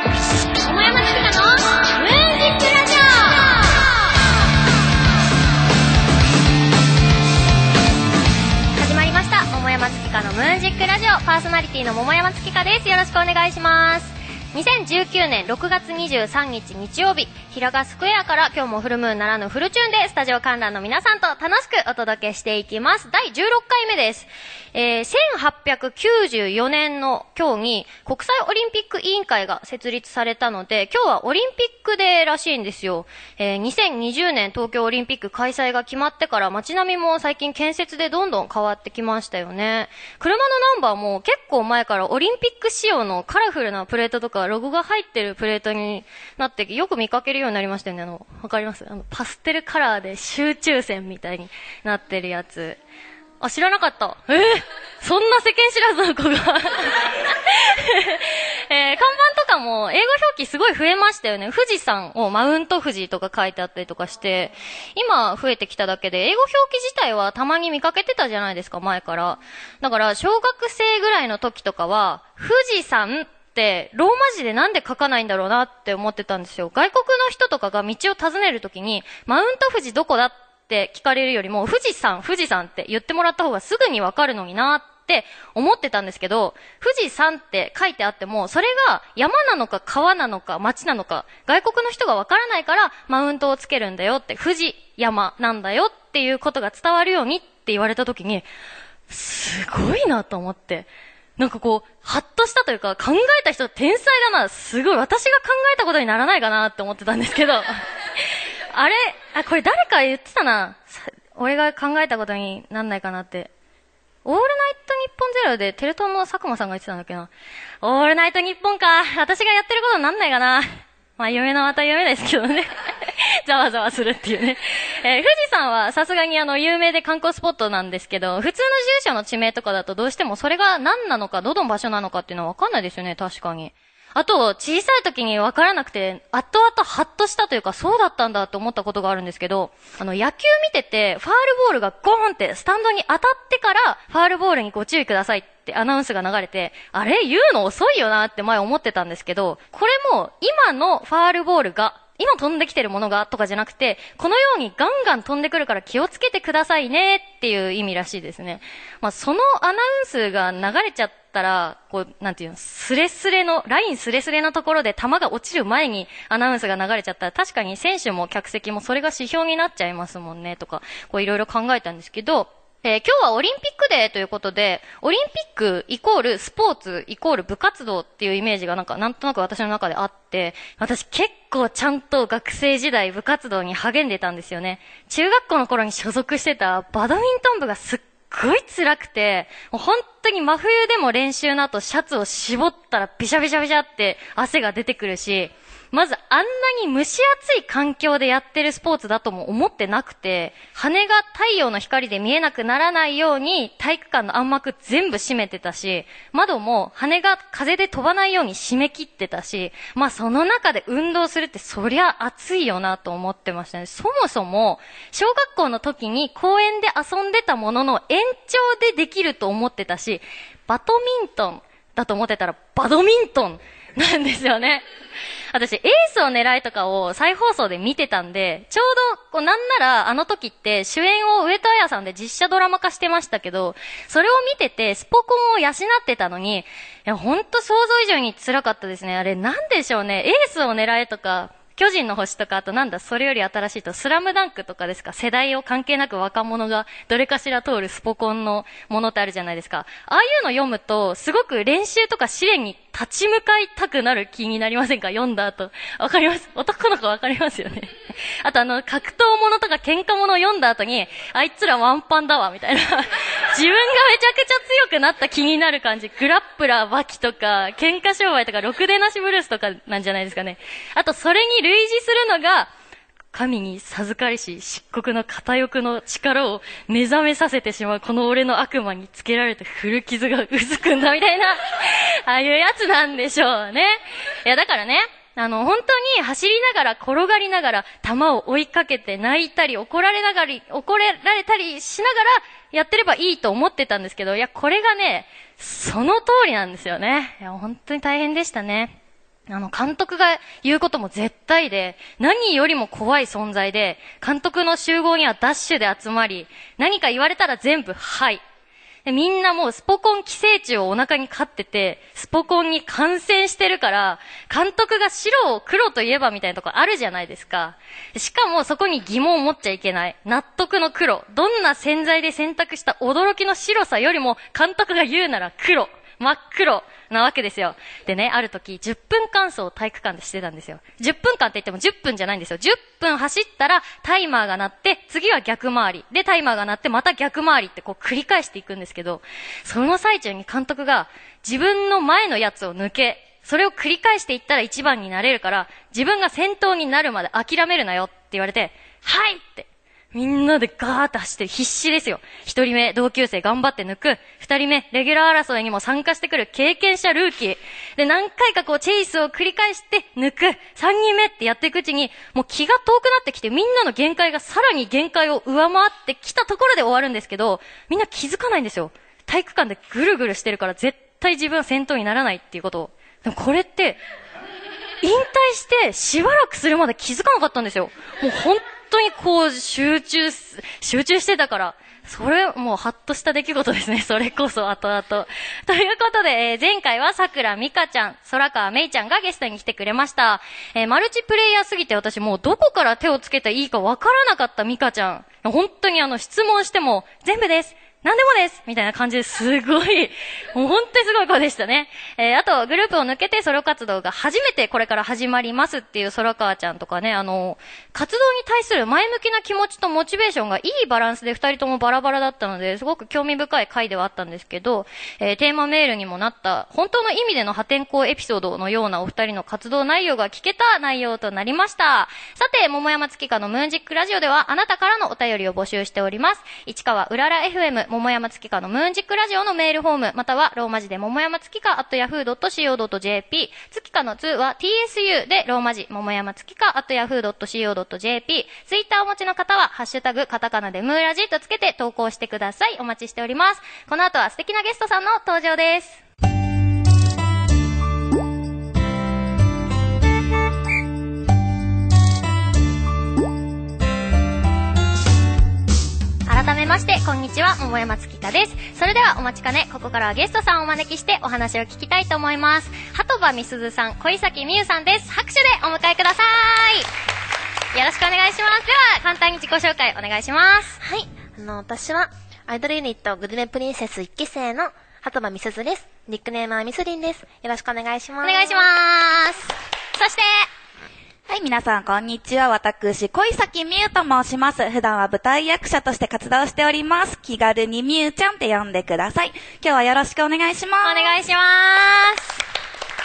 下山ちかのミュージックラジオ始まりました桃山月花のムージックラジオパーソナリティの桃山月花ですよろしくお願いします2019年6月23日日曜日平賀スクエアから今日もフルムーンならぬフルチューンでスタジオ観覧の皆さんと楽しくお届けしていきます第16回目です、えー1894年の今日に国際オリンピック委員会が設立されたので今日はオリンピックデーらしいんですよ、えー2020年東京オリンピック開催が決まってから街並みも最近建設でどんどん変わってきましたよね車のナンバーも結構前からオリンピック仕様のカラフルなプレートとかロゴが入ってるプレートになってよく見かけるようになりましたよねあのわかりますあのパステルカラーで集中線みたいになってるやつあ、知らなかった。えーそんな世間知らずの子が。えー看板とかも英語表記すごい増えましたよね。富士山をマウント富士とか書いてあったりとかして、今増えてきただけで、英語表記自体はたまに見かけてたじゃないですか、前から。だから、小学生ぐらいの時とかは、富士山って、ローマ字でなんで書かないんだろうなって思ってたんですよ。外国の人とかが道を尋ねるときに、マウント富士どこだって聞かれるよりも、富士山、富士山って言ってもらった方がすぐにわかるのになって思ってたんですけど、富士山って書いてあっても、それが山なのか川なのか町なのか、外国の人がわからないから、マウントをつけるんだよって、富士山なんだよっていうことが伝わるようにって言われたときに、すごいなと思って。なんかこう、ハッとしたというか、考えた人天才だな。すごい。私が考えたことにならないかなって思ってたんですけど。あれ、あ、これ誰か言ってたな。さ俺が考えたことになんないかなって。オールナイトニッポンゼロでテレ東の佐久間さんが言ってたんだっけな。オールナイトニッポンか。私がやってることになんないかな。 まあ、夢のまた夢ですけどね。 ざわざわするっていうね。えー富士山はさすがにあの、有名で観光スポットなんですけど、普通の住所の地名とかだとどうしてもそれが何なのか、どの場所なのかっていうのはわかんないですよね、確かに。あと、小さい時に分からなくて、後々ハッとしたというか、そうだったんだって思ったことがあるんですけど、あの、野球見てて、ファールボールがゴーンってスタンドに当たってから、ファールボールにご注意くださいってアナウンスが流れて、あれ言うの遅いよなって前思ってたんですけど、これも、今のファールボールが、今飛んできてるものがとかじゃなくて、このようにガンガン飛んでくるから気をつけてくださいねっていう意味らしいですね。まあ、そのアナウンスが流れちゃったら、こう、なんていうの、スレスレの、ラインスレスレのところで球が落ちる前にアナウンスが流れちゃったら、確かに選手も客席もそれが指標になっちゃいますもんね、とか、こういろいろ考えたんですけど、えー今日はオリンピックデーということで、オリンピックイコールスポーツイコール部活動っていうイメージがなんかなんとなく私の中であって、私結構ちゃんと学生時代部活動に励んでたんですよね。中学校の頃に所属してたバドミントン部がすっすっごい辛くて、もう本当に真冬でも練習の後シャツを絞ったらビシャビシャビシャって汗が出てくるし、まずあんなに蒸し暑い環境でやってるスポーツだとも思ってなくて、羽が太陽の光で見えなくならないように体育館の暗幕全部閉めてたし、窓も羽が風で飛ばないように締め切ってたし、まあその中で運動するってそりゃ暑いよなと思ってましたね。そもそも、小学校の時に公園で遊んでたものの延長でできると思ってたし、バドミントンだと思ってたら、バドミントンなんですよね。私、エースを狙いとかを再放送で見てたんで、ちょうど、こう、なんなら、あの時って、主演を上戸彩さんで実写ドラマ化してましたけど、それを見てて、スポコンを養ってたのに、いや、ほんと想像以上に辛かったですね。あれ、なんでしょうね。エースを狙えとか、巨人の星とか、あとなんだ、それより新しいと、スラムダンクとかですか、世代を関係なく若者がどれかしら通るスポコンのものってあるじゃないですか。ああいうの読むと、すごく練習とか試練に立ち向かいたくなる気になりませんか読んだ後。わかります男の子わかりますよね。あとあの、格闘ものとか喧嘩ものを読んだ後に、あいつらワンパンだわ、みたいな。自分がめちゃくちゃ強くなった気になる感じ。グラップラー、バキとか、喧嘩商売とか、ろくでなしブルースとかなんじゃないですかね。あと、それに類似するのが、神に授かりし、漆黒の片欲の力を目覚めさせてしまう、この俺の悪魔につけられた古傷がうずくんだ、みたいな、 ああいうやつなんでしょうね。いや、だからね、あの、本当に走りながら、転がりながら、球を追いかけて泣いたり、怒られながら、怒られたりしながら、やってればいいと思ってたんですけど、いや、これがね、その通りなんですよね。いや、本当に大変でしたね。あの、監督が言うことも絶対で、何よりも怖い存在で、監督の集合にはダッシュで集まり、何か言われたら全部、はい。でみんなもうスポコン寄生虫をお腹に飼ってて、スポコンに感染してるから、監督が白を黒といえばみたいなとこあるじゃないですか。しかもそこに疑問を持っちゃいけない。納得の黒。どんな洗剤で選択した驚きの白さよりも、監督が言うなら黒。真っ黒なわけですよ。でね、ある時、10分間走を体育館でしてたんですよ。10分間って言っても10分じゃないんですよ。10分走ったらタイマーが鳴って、次は逆回り。で、タイマーが鳴って、また逆回りってこう繰り返していくんですけど、その最中に監督が自分の前のやつを抜け、それを繰り返していったら一番になれるから、自分が先頭になるまで諦めるなよって言われて、はいって。みんなでガーって走ってる。必死ですよ。一人目、同級生頑張って抜く。二人目、レギュラー争いにも参加してくる経験者ルーキー。で、何回かこう、チェイスを繰り返して抜く。三人目ってやっていくうちに、もう気が遠くなってきて、みんなの限界がさらに限界を上回ってきたところで終わるんですけど、みんな気づかないんですよ。体育館でぐるぐるしてるから、絶対自分は先頭にならないっていうことを。でもこれって、引退してしばらくするまで気づかなかったんですよ。もう本当にこう集中す、集中してたから。それ、もうハッとした出来事ですね。 それこそ後々。ということで、えー前回は桜美香ちゃん、空川芽衣ちゃんがゲストに来てくれました。えーマルチプレイヤーすぎて私もうどこから手をつけていいかわからなかった美香ちゃん。本当にあの質問しても全部です。何でもですみたいな感じですごい、もう本当にすごい子でしたね。えーあと、グループを抜けてソロ活動が初めてこれから始まりますっていう空川ちゃんとかね、あの、活動に対する前向きな気持ちとモチベーションがいいバランスで二人ともバラバラだったので、すごく興味深い回ではあったんですけど、えーテーマメールにもなった、本当の意味での破天荒エピソードのようなお二人の活動内容が聞けた内容となりました。さて、桃山月花のムーンジックラジオでは、あなたからのお便りを募集しております。市川うらら FM、桃山月花のムーンジックラジオのメールフォーム、または、ローマ字で桃山月花 at yahoo.co.jp、月花の2は tsu で、ローマ字、桃山月花 at yahoo.co.jp、ツイッターをお持ちの方は、ハッシュタグ、カタカナでムーラジとつけて投稿してください。お待ちしております。この後は素敵なゲストさんの登場です。改めまして、こんにちは、桃山月香です。それではお待ちかね、ここからはゲストさんをお招きしてお話を聞きたいと思います。鳩場みすずさん、小崎美優さんです。拍手でお迎えください。よろしくお願いします。では、簡単に自己紹介お願いします。はい。あの、私は、アイドルユニット、グルメプリンセス1期生の、鳩場みすずです。ニックネームはみすりんです。よろしくお願いしまおす。願いします。そして、はい、皆さん、こんにちは。私、小崎美優と申します。普段は舞台役者として活動しております。気軽に美優ちゃんって呼んでください。今日はよろしくお願いしまおす。願いしま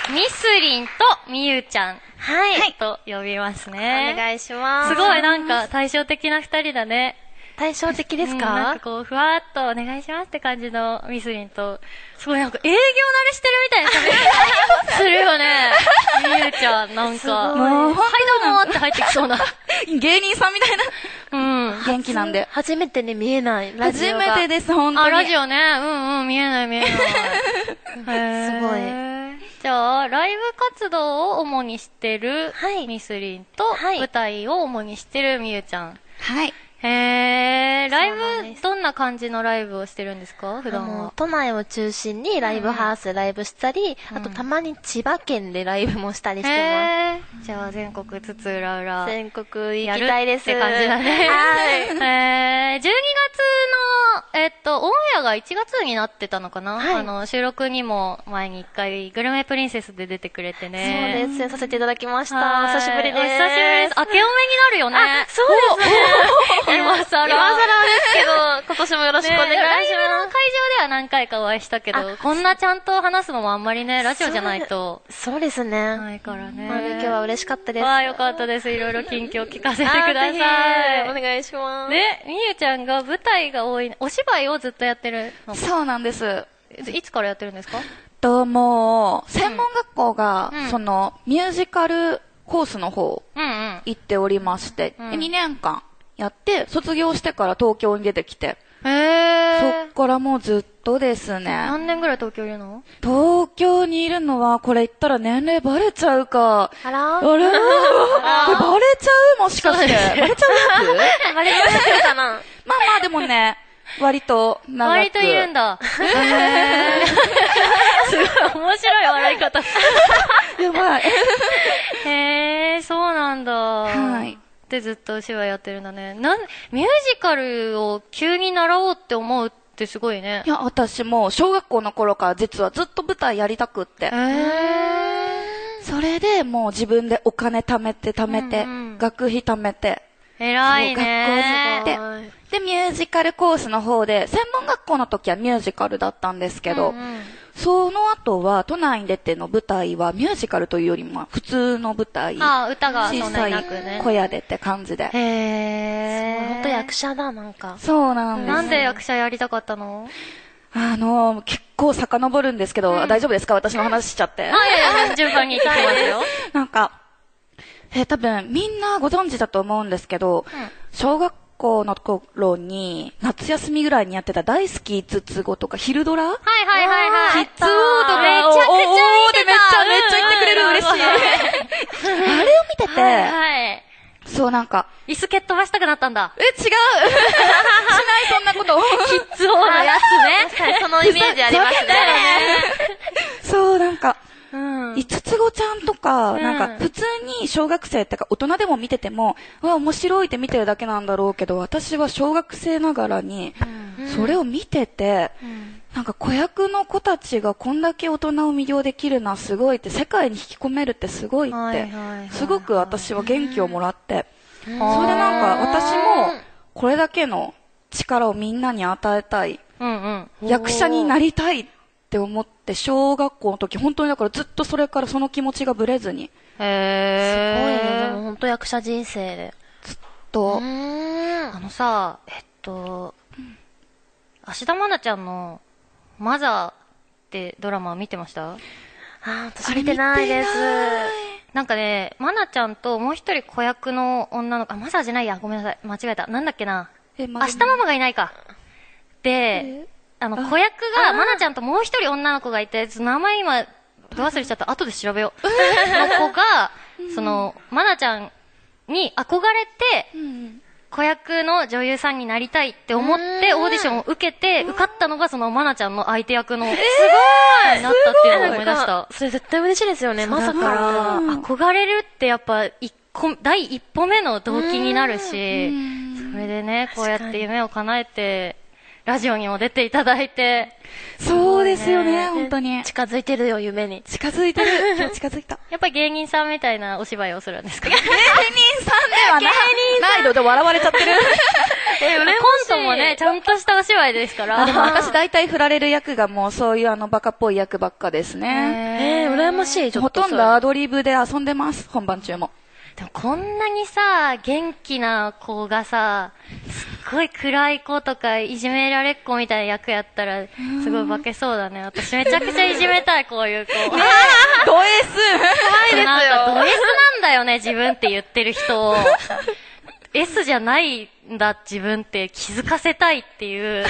す。ミスリンとみゆちゃんはい。と呼びますね。お願いします。すごい、なんか対照的な二人だね。対照的ですうんなかんかこう、ふわーっとお願いしますって感じのミスリンと、すごいなんか営業慣れしてるみたいな喋り するよね。みゆちゃん、なんか。ごいもう本当はい、どうもーって入ってきそうな。芸人さんみたいなうん。元気なんで。初めてね、見えない。ラ初ジオがめてです、本当あ、に。ラジオね。うんうん、見えない見えない。 すごいへー。じゃあ、ライブ活動を主にしてるはいミスリンと、はい舞台を主にしてるみゆちゃん。はい。へー、そうなラんイでブ、すどんな感じのライブをしてるんですか普あ段のは、。都内を中心にライブハウス、ライブしたり、うんあとたまに千葉県でライブもしたりしてます。へーじゃあ全国津々浦々。全国行やきるったいです。て感じだね。はい。 えー、12月の、えっと、オンエアが1月になってたのかな、はいあの、収録にも前に一回、グルメプリンセスで出てくれてね。 そうです。出演させていただきました。おはい久しぶりです。お久しぶりです。明けおめになるよね。あ、そうですね。今更今更ですけど、今年もよろしくお 願いしねライブのま会場では何回かお会いしたけど、あこんなちゃんと話すのもあんまりね、ラジオじゃないと。す。そうですね。ないからね。まる今日は嬉しかったです。わあ、よかったです。いろいろ近況聞かせてくあださい。ぜひお願いします。ね、みゆちゃんが舞台が多い、お芝居をずっとやってるの。そうなんです。いつからやってるんですかと、もう、専門学校が、うんその、ミュージカルコースの方、うんうん。行っておりまして、うん2年間やって、卒業してから東京に出てきて、へそーっからもうずっとですね。何年ぐらい東京いるの東京にいるのは、これ言ったら年齢バレちゃうか。あ あられこれバレちゃうもしかして。バレちゃうやつバレましたかなまあまあでもね、割と長く。割といるんだ。ねすごい面白い笑い方。やばい。へえ、そうなんだ。はい。で、ずっとお芝居やってるんだね。なん、ミュージカルを急に習おうって思うってすごいねい。や、私も小学校の頃から実はずっと舞台やりたくってへ。え。それでもう自分でお金貯めて貯めて、うんうん学費貯めて。偉いね。そう学校はいで、ミュージカルコースの方で、専門学校の時はミュージカルだったんですけど、うんうんその後は都内に出ての舞台はミュージカルというよりも普通の舞台。ああ、歌が小そんなさにいなくね。小屋でって感じでへ。え。本当役者だ、なんか。そうなんです。なんで役者やりたかったのあの、結構遡るんですけど、大丈夫ですか私の話しちゃって。あ、いやいや、順番に行きますよ。なんか、えー多分みんなご存知だと思うんですけど、ん小学校の頃に夏休みぐらいにやってた大好きつつごとか昼ドラはいはいはいはい。キッズオーとかめちゃくちゃ見てたおーおーでめっちゃめっちゃ言ってくれる、うん嬉しい。あれを見てて、はいはい。そうなんか、椅子蹴っ飛ばしたくなったんだ。え、違う しないそんなこと。キッズ王のやつ確かに そのイメージありますね。そう、なんか、うん。五つ子ちゃんとか、うんなんか、普通に小学生ってか大人でも見てても、うわ、面白いって見てるだけなんだろうけど、私は小学生ながらに、それを見てて、なんか子役の子たちがこんだけ大人を魅了できるのはすごいって、世界に引き込めるってすごいって、はいはいはいはいすごく私は元気をもらって、それそれでなんか私も、これだけの力をみんなに与えたい。うんうん。役者になりたいって思って、小学校の時、本当にだからずっとそれからその気持ちがぶれずに、すごいね。でへもえ。本当役者人生で。あと、のさ、えっと、芦田愛菜ちゃんのマザーってドラマ見てましたああ、私見てないです。なんかね、愛菜ちゃんともう一人子役の女の子、あ、マザーじゃないや。ごめんなさい。間違えた。なんだっけな。え、ま明日ママがいないか。で、あの、子役が、まなちゃんともう一人女の子がいて、ちょっと名前今、ど忘れしちゃった。後で調べ よう。の子が、その、まなちゃんに憧れて、うん子役の女優さんになりたいって思って、オーディションを受けて、受かったのがその、まなちゃんの相手役の、すごいになったっていうのを思い出しなんたか。それ絶対嬉しいですよね。まさだか、。から憧れるってやっぱ、一個、第一歩目の動機になるし、それでね、こうやって夢を叶えて、ラジオにも出ていただいて、そうですよね、本当に。近づいてるよ、夢に。近づいて る。今日近づいた。やっぱり芸人さんみたいなお芝居をするんですか芸人さんではない。ないので笑われちゃって る。え、コントもね、ちゃんとしたお芝居ですかあ、でもら。私大体振られる役がもうそういうあのバカっぽい役ばっかですね。ええー、羨ましい、ちょほっととそんれ。どアドリブで遊んでます、本番中も。でもこんなにさ、元気な子がさ、すっごい暗い子とか、いじめられっ子みたいな役やったら、すごい化けそうだね。私めちゃくちゃいじめたい、こういう子。ド S! なんかド S なんだよね、自分って言ってる人を。S じゃないんだ、自分って気づかせたいっていう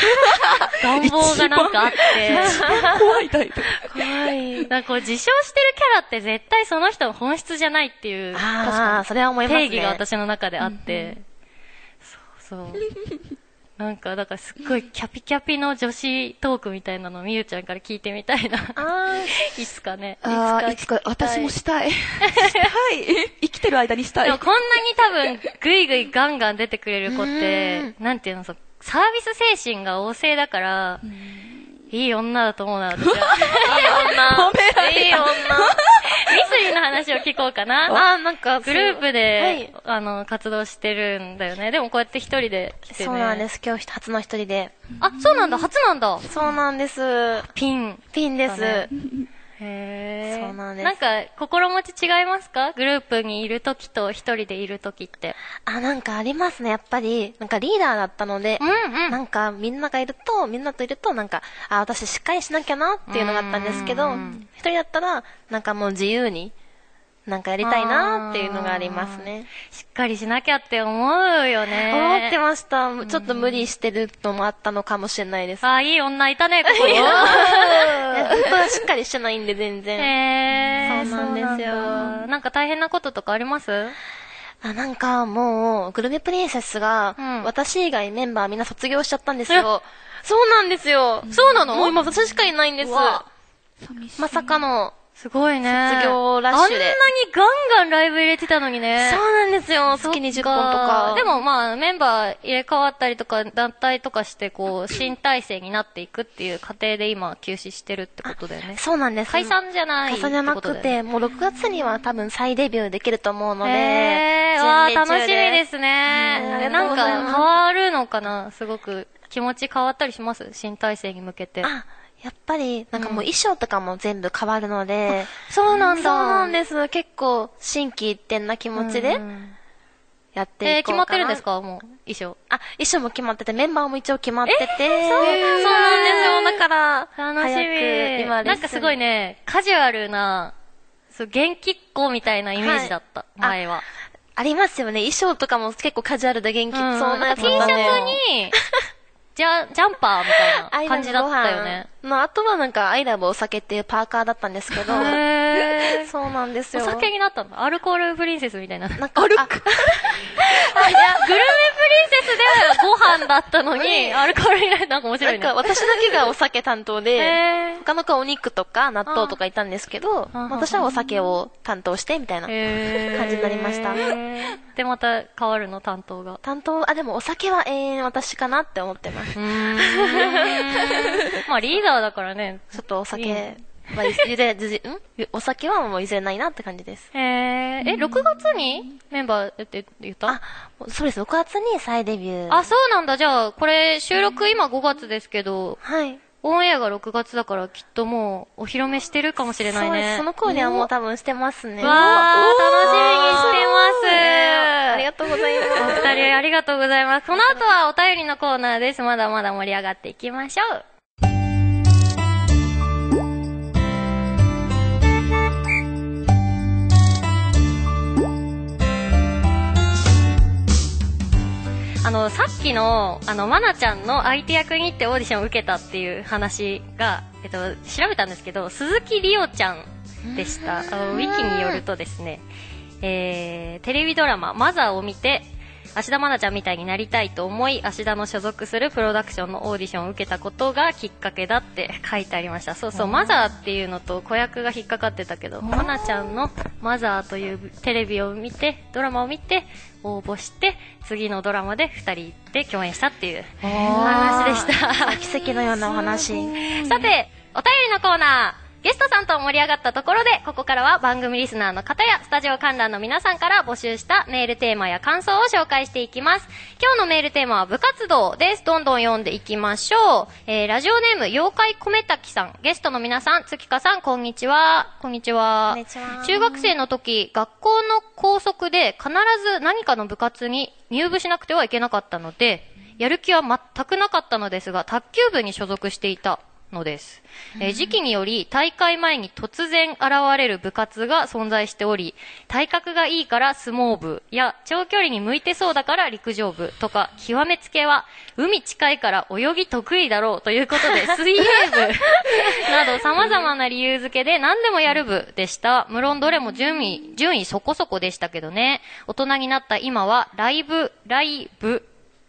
願望がなんかあって。 怖いタイプ。怖い。なんかこう自称してるキャラって絶対その人の本質じゃないっていうああ、それは思います定ね。義が私の中であって。そうそう。なんか、だからすっごいキャピキャピの女子トークみたいなのみゆちゃんから聞いてみたいな。あいつかね。ああ、いいつつかか、私もしたい。したい。生きてる間にしたい。でもこんなに多分、ぐいぐいガンガン出てくれる子って、なんていうの、そうサービス精神が旺盛だから、いい女だと思うな、私 は。あ、褒められたいい女。ミスリーの話を聞こうかな。ああ、なんか、グループでは、あの、活動してるんだよね。でもこうやって一人で来てね。。そうなんですす。今日初の一人で。あ、そうなんだ、初なんだ。そうなんです。ピン。ピンです。だねへそうなんですなんか、心持ち違いますかグループにいるときと一人でいるときって。あ、なんかありますね。やっぱり、なんかリーダーだったので、んなんかみんながいると、みんなといると、なんか、あ、私しっかりしなきゃなっていうのがあったんですけうどん、一人だったら、なんかもう自由に、なんかやりたいなっていうのがありますね。しっかりしなきゃって思うよね。思ってました。ちょっと無理してるのもあったのかもしれないです。あー、いい 女いたね、ここに。本当は しっかりしてないんで全然。へーそうなんですよそうなんだなんか大変なこととかありますあなんかもう、グルメプリンセスが、うん私以外メンバーみんな卒業しちゃったんですよ。そうなんですよ。そうなのもう今私しかいないんです。うわ寂しいまさかの。すごいね。卒業ラッシュであんなにガンガンライブ入れてたのにね。そうなんですよ。月に10本とか。で、もまあ、メンバー入れ替わったりとか、団体とかして、 こう、新体制になっていくっていう過程で今、休止してるってことだよね。そうなんです。解散じゃないっ解てこと散じだゃよね。なくて、もう6月には多分再デビューできると思うので、えー、わー準楽備し中みですうんあね。りなんがとうございますか変わるのかなすごく。気持ち変わったりします新体制に向けて。あ、やっぱり、なんかもう衣装とかも全部変わるので、そうなんだ。そうなんです。結構、心機一転な気持ちでうんやっえてーいこ決うかな、まってるんですかもう、衣装。あ、衣装も決まってて、メンバーも一応決まってそて。うそうなんですよ。だから、楽し早くみ。今なんかすごいね。ね、カジュアルな、そう、元気っ子みたいなイメージだった、い前は。ありますよね。衣装とかも結構カジュアルで元気そうなやつ T だシっャたんでツ に、ジャ、ジャンパーみたいな感じだったよね。。アイラブご飯まあ、あとはなんか、アイラブお酒っていうパーカーだったんですけど、 へそうなんですーおよ。酒になったのアルコールプリンセスみたいな。なんか、あるか。いや、グルメプリンセスでご飯だった のに、アルコールになるなんか面白ないんね。か、私だけがお酒担当で、へー他の子はお肉とか納豆とかいたんですけど、あー私はお酒を担当して、みたいな。へー 感じになりましたで、また変わるの、担当が。担当、あ、でもお酒は永遠私かなって思ってます。うーん。 まあ、リーダーだからね。ちょっとおいいね酒はゆで、ずじんお酒はもう譲れないなって感じです。へえ、え、6月にメンバーって言ったあ、そうです。6月に再デビュー。あ、そうなんだ。じゃあ、これ、収録今5月ですけど、はい。オンエアが6月だから、きっともう、お披露目してるかもしれないそうですね。その頃にはもう多分してますね。わあおー楽しみにしてますねありがとうございまおす。二人ありがとうございます。この後はお便りのコーナーです。まだまだ盛り上がっていきましょう。あの、さっきの、あの、まなちゃんの相手役にってオーディションを受けたっていう話が、えっと、調べたんですけど、鈴木りおちゃんでした。あのウィキによるとですね、えーテレビドラマ、マザーを見て、芦田愛菜ちゃんみたいになりたいと思い、芦田の所属するプロダクションのオーディションを受けたことがきっかけだって 書いてありました。そうそう、マザーっていうのと子役が引っかかってたけど、愛菜ちゃんのマザーというテレビを見て、ドラマを見て、応募して、次のドラマで二人で共演したっていうお話でした。奇跡のようなお話。さて、お便りのコーナー。ゲストさんと盛り上がったところで、ここからは番組リスナーの方やスタジオ観覧の皆さんから募集したメールテーマや感想を紹介していきます。今日のメールテーマは部活動です。どんどん読んでいきましょう。えー、ラジオネーム、妖怪米滝さん。ゲストの皆さん、月香さん、こんにちは。こんにちは。こんにちは中学生の時、学校の校則で必ず何かの部活に入部しなくてはいけなかったので、やる気は全くなかったのですが、卓球部に所属していたのです。えー時期により、大会前に突然現れる部活が存在しており、体格がいいから相撲部や、長距離に向いてそうだから陸上部とか、極めつけは、海近いから泳ぎ得意だろうということ で、水泳部。 など様々な理由付けで何でもやる部でした。無論どれも順位、順位そこそこでしたけどね。大人になった今は、ライブ、ライブ、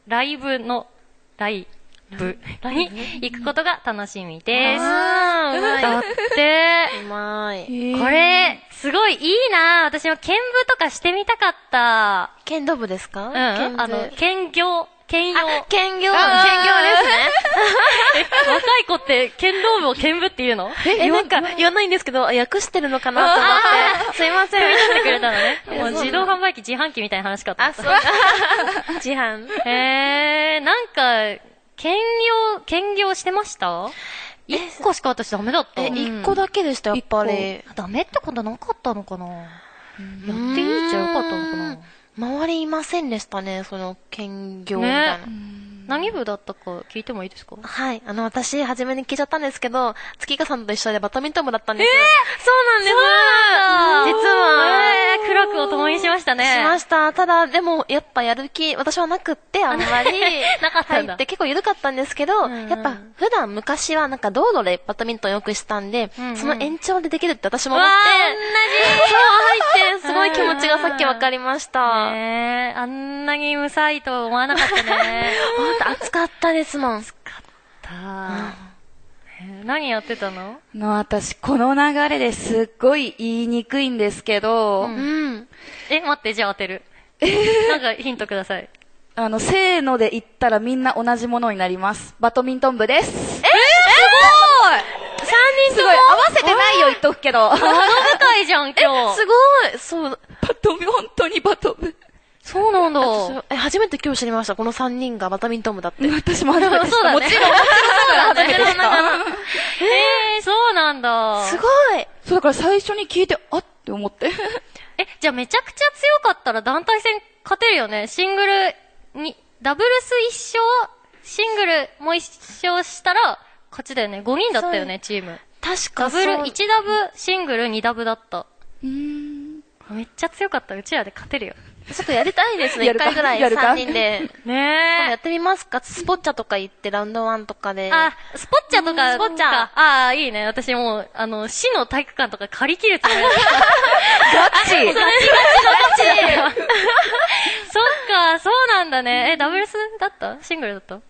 ライブの、ライ ブに行くことが楽しみです。あー、うまだい。って、うまい。これ、すごいいいな私も剣舞とかしてみたかった。剣道部ですかううん、あの、兼業、兼用。あ、兼業、兼業あーですね。若い子って剣道部を剣舞って言うのえ、なんか言わないんですけど、訳してるのかなと思って。すいません。作ってくれたのね。 いやもう自動販売機、自販機みたいな話かと思あ、っそたう。。 自販。へえー、なんか、兼業、兼業してました一個しか私ダメだった。え、一個だけでした、やっぱり。ダメってことなかったのかなやっていいっちゃよかったのかな周りいませんでしたね、その、兼業みたいな。ね。何部だったか聞いてもいいですかはい。あの、私、初めに聞いちゃったんですけど、月香さんと一緒でバドミントン部だったんですよ。そうなんです。そうなんだ実は、しましたね。。しました。ただ、でも、やっぱやる気、私はなくって、あんまり なかったんだ入って結構緩かったんですけど、んやっぱ、普段昔はなんか道路でバドミントンよくしたんで、うんうんその延長でできるって私もわ思っあ、て、そう入って、すごい気持ちがさっき分かりま同しじ。た。ねえ、あんなにうさいとは思わなかった ね。本当暑かったですもん。あーねえ 何やってたのの私、この流れですっごい言いにくいんですけど、うん。え、待って、じゃあ当てる。なんかヒントください。あの、せーので言ったらみんな同じものになります。バドミントン部です。え3すごい合わせてないよ、言っとくけど。バあの舞台じゃん、今日。すごいそう、ドミ、本当にバド部。そうなんだ。私え、初めて今日知りました。この3人がバドミントン部だって。私も初めて知った。そうだねもちろん、もちろん初めて知っそうだねた。えー、そうなんだ。すごいそうだから最初に聞いて、あって思って。え、じゃあめちゃくちゃ強かったら団体戦勝てるよね。シングルに、ダブルス一勝、シングルも一勝したら勝ちだよね。5人だったよね、チーム。確ダかブそうル、1ダブ、シングル、2ダブだった。うーん。めっちゃ強かった。うちらで勝てるよ。ちょっとやりたいですね。や一るか回ぐらいやるか3人 で。今度やねってみますかスポッチャとか行ってラウンドワンとかで。あ、スポッチャとか、うんスポッチャかああ、いいね。私もう、あの、市の体育館とか借り切るつもりだ った。ガチ そっか、そうなんだね。え、ダブルスだったシングルだった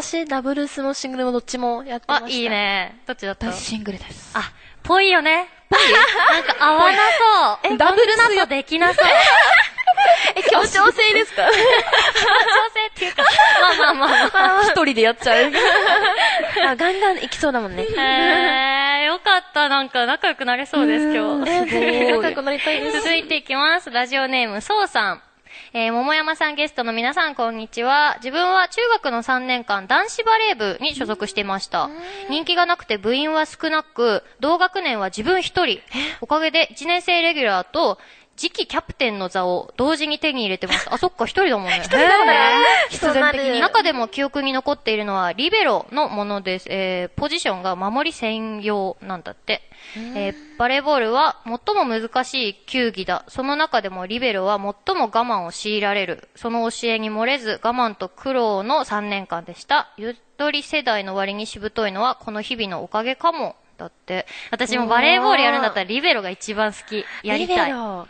私、ダブルスもシングルもどっちもやってました。あ、いい。ね。どっちだった私シングルです。あ、ぽいよね。ぽいなんか合わな そう。ダブルそんスなよとできな そう。え、協調制ですか調整っていうか、 まあまあまあまあ。 一人でやっち ゃう。 あガンガン行きそうだもん ね。えー、よかった。なんか仲良くなれそうです、今日。 え、ぜひ仲良くなりたいです。続いていきます。ラジオネーム、そうさん。えー、桃山さんゲストの皆さん、こんにちは。自分は中学の3年間、男子バレー部に所属していました。人気がなくて部員は少なく、同学年は自分一人。おかげで1年生レギュラーと、次期キャプテンの座を同時に手に入れてました。あ、そっか、一人だもんね。 一人だもんね。必然人的なるに。中でも記憶に残っているのは、リベロのものです。えーポジションが守り専用なんだって。えーバレーボールは最も難しい球技だ。その中でもリベロは最も我慢を強いられる。その教えに漏れず、我慢と苦労の3年間でした。ゆとり世代の割にしぶといのは、この日々のおかげかも。だって。私もバレーボールやるんだったら、リベロが一番好き。やりたい。リベロ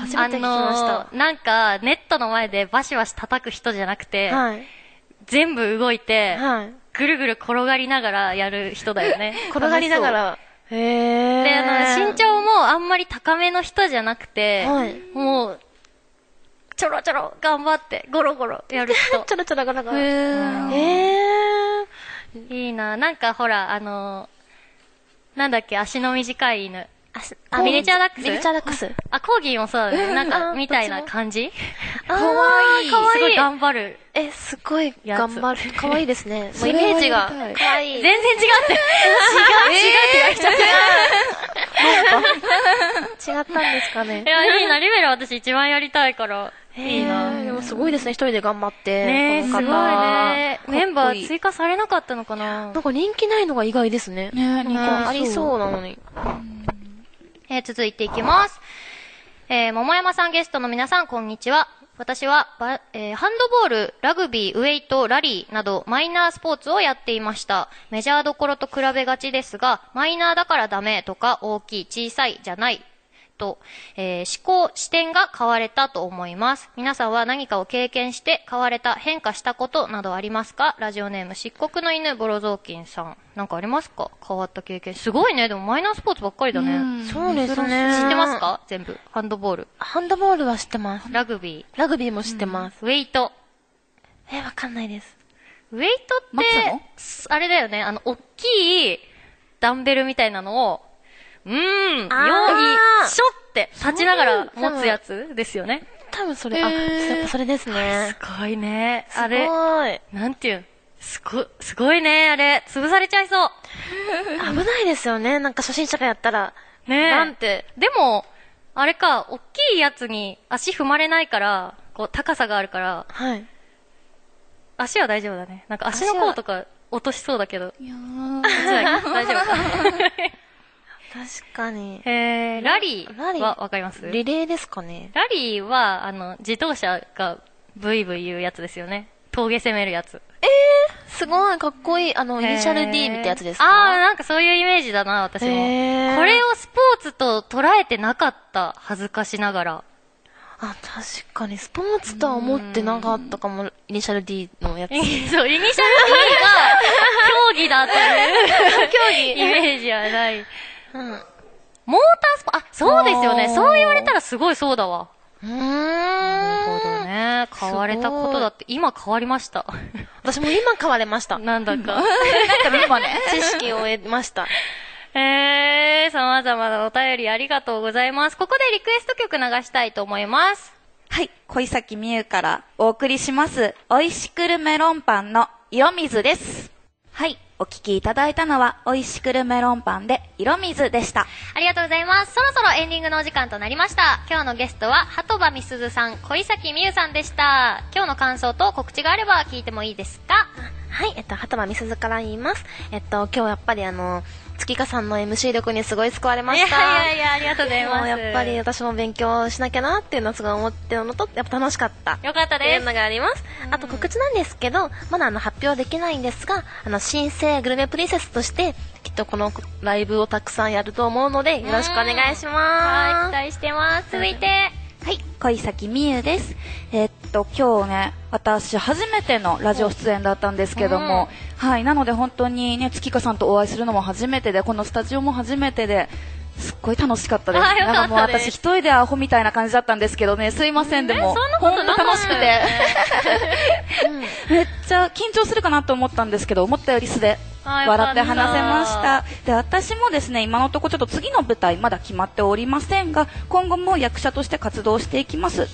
初めて聞きましーた。なんか、ネットの前でバシバシ叩く人じゃなくて、はい。全部動いて、はい。。ぐるぐる転がりながらやる人だよね 転がりなが楽しら。へそう。で、あえ。の、身長もあんまり高めの人じゃなくて、はいもう、ちょろちょろ頑張って、ゴロゴロやる ちょろちょろがらが人。ら。えいいななんかほら、あの、なんだっけ、足の短い犬。あー。ミニチュアダックスミニチュアダックス。あ、コーギーもそうだ ね。なんあか、ーみたいなどっちも感じか可愛すごい頑張る。え、すごいやつ頑張 る。可愛いですね。もそうイれメージがはやりたい可愛全い。然違うって。違う、違うって言われちゃった。違ったんですか ねい。や、いいな、リベロ私一番やりたいから。いいな。へーでもすごいですね、一人で頑張って。ねえ、こすのご方いね。メンバかっこいーい追加されなかったのかななんか人気ないのが意外ですね。ねうんありそうう。なのに。えー続いていきます。えー桃山さんゲストの皆さん、こんにちは。私はバ、えーハンドボール、ラグビー、ウェイト、ラリーなど、マイナースポーツをやっていました。メジャーどころと比べがちですが、マイナーだからダメとか、大きい、小さいじゃない。と、えー思考、視点が変われたと思います。皆さんは何かを経験して変われた、変化したことなどありますかラジオネーム、漆黒の犬、ボロ雑巾さん。なんかありますか変わった経験。すごいね。でもマイナースポーツばっかりだね。うんそうですね。知ってますか全部。ハンドボール、ハンドボールは知ってます。ラグビラグビーも知ってます。ー、ウェイト。え、わかんないです。ウェイトっ松なのて、すあれだよね、あの、大きいダンベルみたいなのを、うーん、ようにあー、しょって立ちながら持つやつですよね。多分それ、あ、へーやっぱそれですすね。ごいね。あすれ、ごい。なんていうんすご、すごいね、あれ。潰されちゃいそう。危ないですよね。なんか初心者がやったら。ねえなんて。でも、あれか、大きいやつに足踏まれないから、こう、高さがあるから、はい。足は大丈夫だね。なんか足の足は甲とか落としそうだけど。いやー 大丈夫か。確かに。えー、ラリラリーーはわかりますリレーですかね。ラリーは、あの、自動車がブイブイ言うやつですよね。峠攻めるやつ。すごい、かっこいい。あの、イニシャル D みたいなやつですかああー、なんかそういうイメージだな、私も。こへーれをスポーツと捉えてなかった、恥ずかしながら。あ、確かに、スポーツとは思ってなかったかも、イニシャル D のやつ。 そう、イニシャル D が競技だという競 技イメージはない。うん。うモータースポあ、そうですよねあ。ーそう言われたらすごいそうだわ。なるほどーん。ね。買われたことだって、今変わりました。私も今買われ ました。なんだか。今ね。知識を得ました。えー、様々なお便りありがとうございます。ここでリクエスト曲流したいと思います。はい、小崎美優からお送りします、おいしくるメロンパンの色水です。はい、お聞きいただいたのは、おいしくるメロンパンで色水でした。ありがとうございます。そろそろエンディングのお時間となりました。今日のゲストは、鳩場みすずさん、小崎美優さんでした。今日の感想と告知があれば聞いてもいいですかはい、えっと、はたまみすずから言います。えっと、今日やっぱりあの、月香さんの MC 力にすごい救われました。いや、ありがとうござ もうやっぱりよ私も勉強しなきゃなっていうのはすごい思ってるのと、やっぱ楽しかった。かったっていでうす。のがあります。あと告知なんですけど、まだあの発表できないんですが、あの新生グルメプリンセスとして、きっとこのライブをたくさんやると思うので、よろしくお願いしはい、ま期す。待してます。続いて、はい、小崎美優です。えっと、今日ね、私初めてのラジオ出演だったんですけども、はい、なので本当にね、月香さんとお会いするのも初めてで、このスタジオも初めてで、すっごい楽しかったです。あよかったですなんかもう私一人でアホみたいな感じだったんですけどね、すいません、でも、そんなことなほかんとった楽しくて。 めっちゃ緊張するかなと思ったんですけど、思ったより素であーよかった笑って話せました。で、私もですね、今のところちょっと次の舞台まだ決まっておりませんが、今後も役者として活動していきます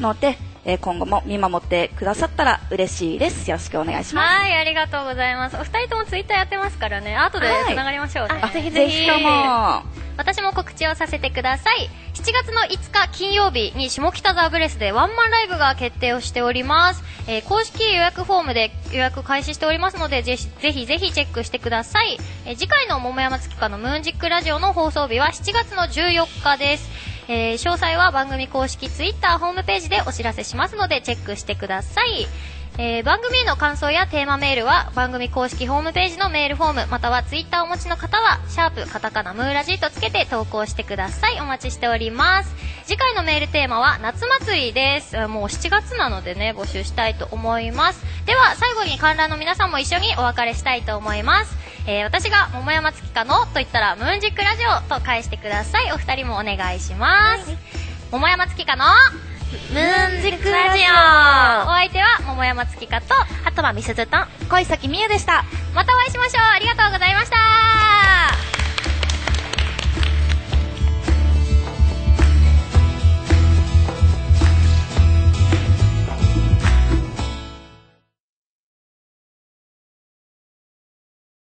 ので、えー今後も見守ってくださったら嬉しいです。よろしくお願いします。はい、ありがとうございます。お二人ともツイッターやってますからね、後ではい繋がりましょうね。あぜひぜひとも。私も告知をさせてください7月の5日金曜日に下北沢ブレスでワンマンライブが決定をしております、えー公式予約フォームで予約開始しておりますのでぜひぜひぜひチェックしてください、えー次回の桃山月花のムーンジックラジオの放送日は7月の14日です、えー詳細は番組公式ツイッターホームページでお知らせしますのでチェックしてくださいえー番組への感想やテーマメールは番組公式ホームページのメールフォームまたはツイッターをお持ちの方は「シャープカタカナムーラジ」とつけて投稿してくださいお待ちしております次回のメールテーマは夏祭りですあもう7月なのでね募集したいと思いますでは最後に観覧の皆さんも一緒にお別れしたいと思います、えー私が桃山月かのと言ったらムーンジックラジオと返してくださいお二人もお願いします、桃山月かのムーンジックラジお相手は桃山月かとオはたまみすずと、小崎美優でした。またお会いしましょうありがとうございました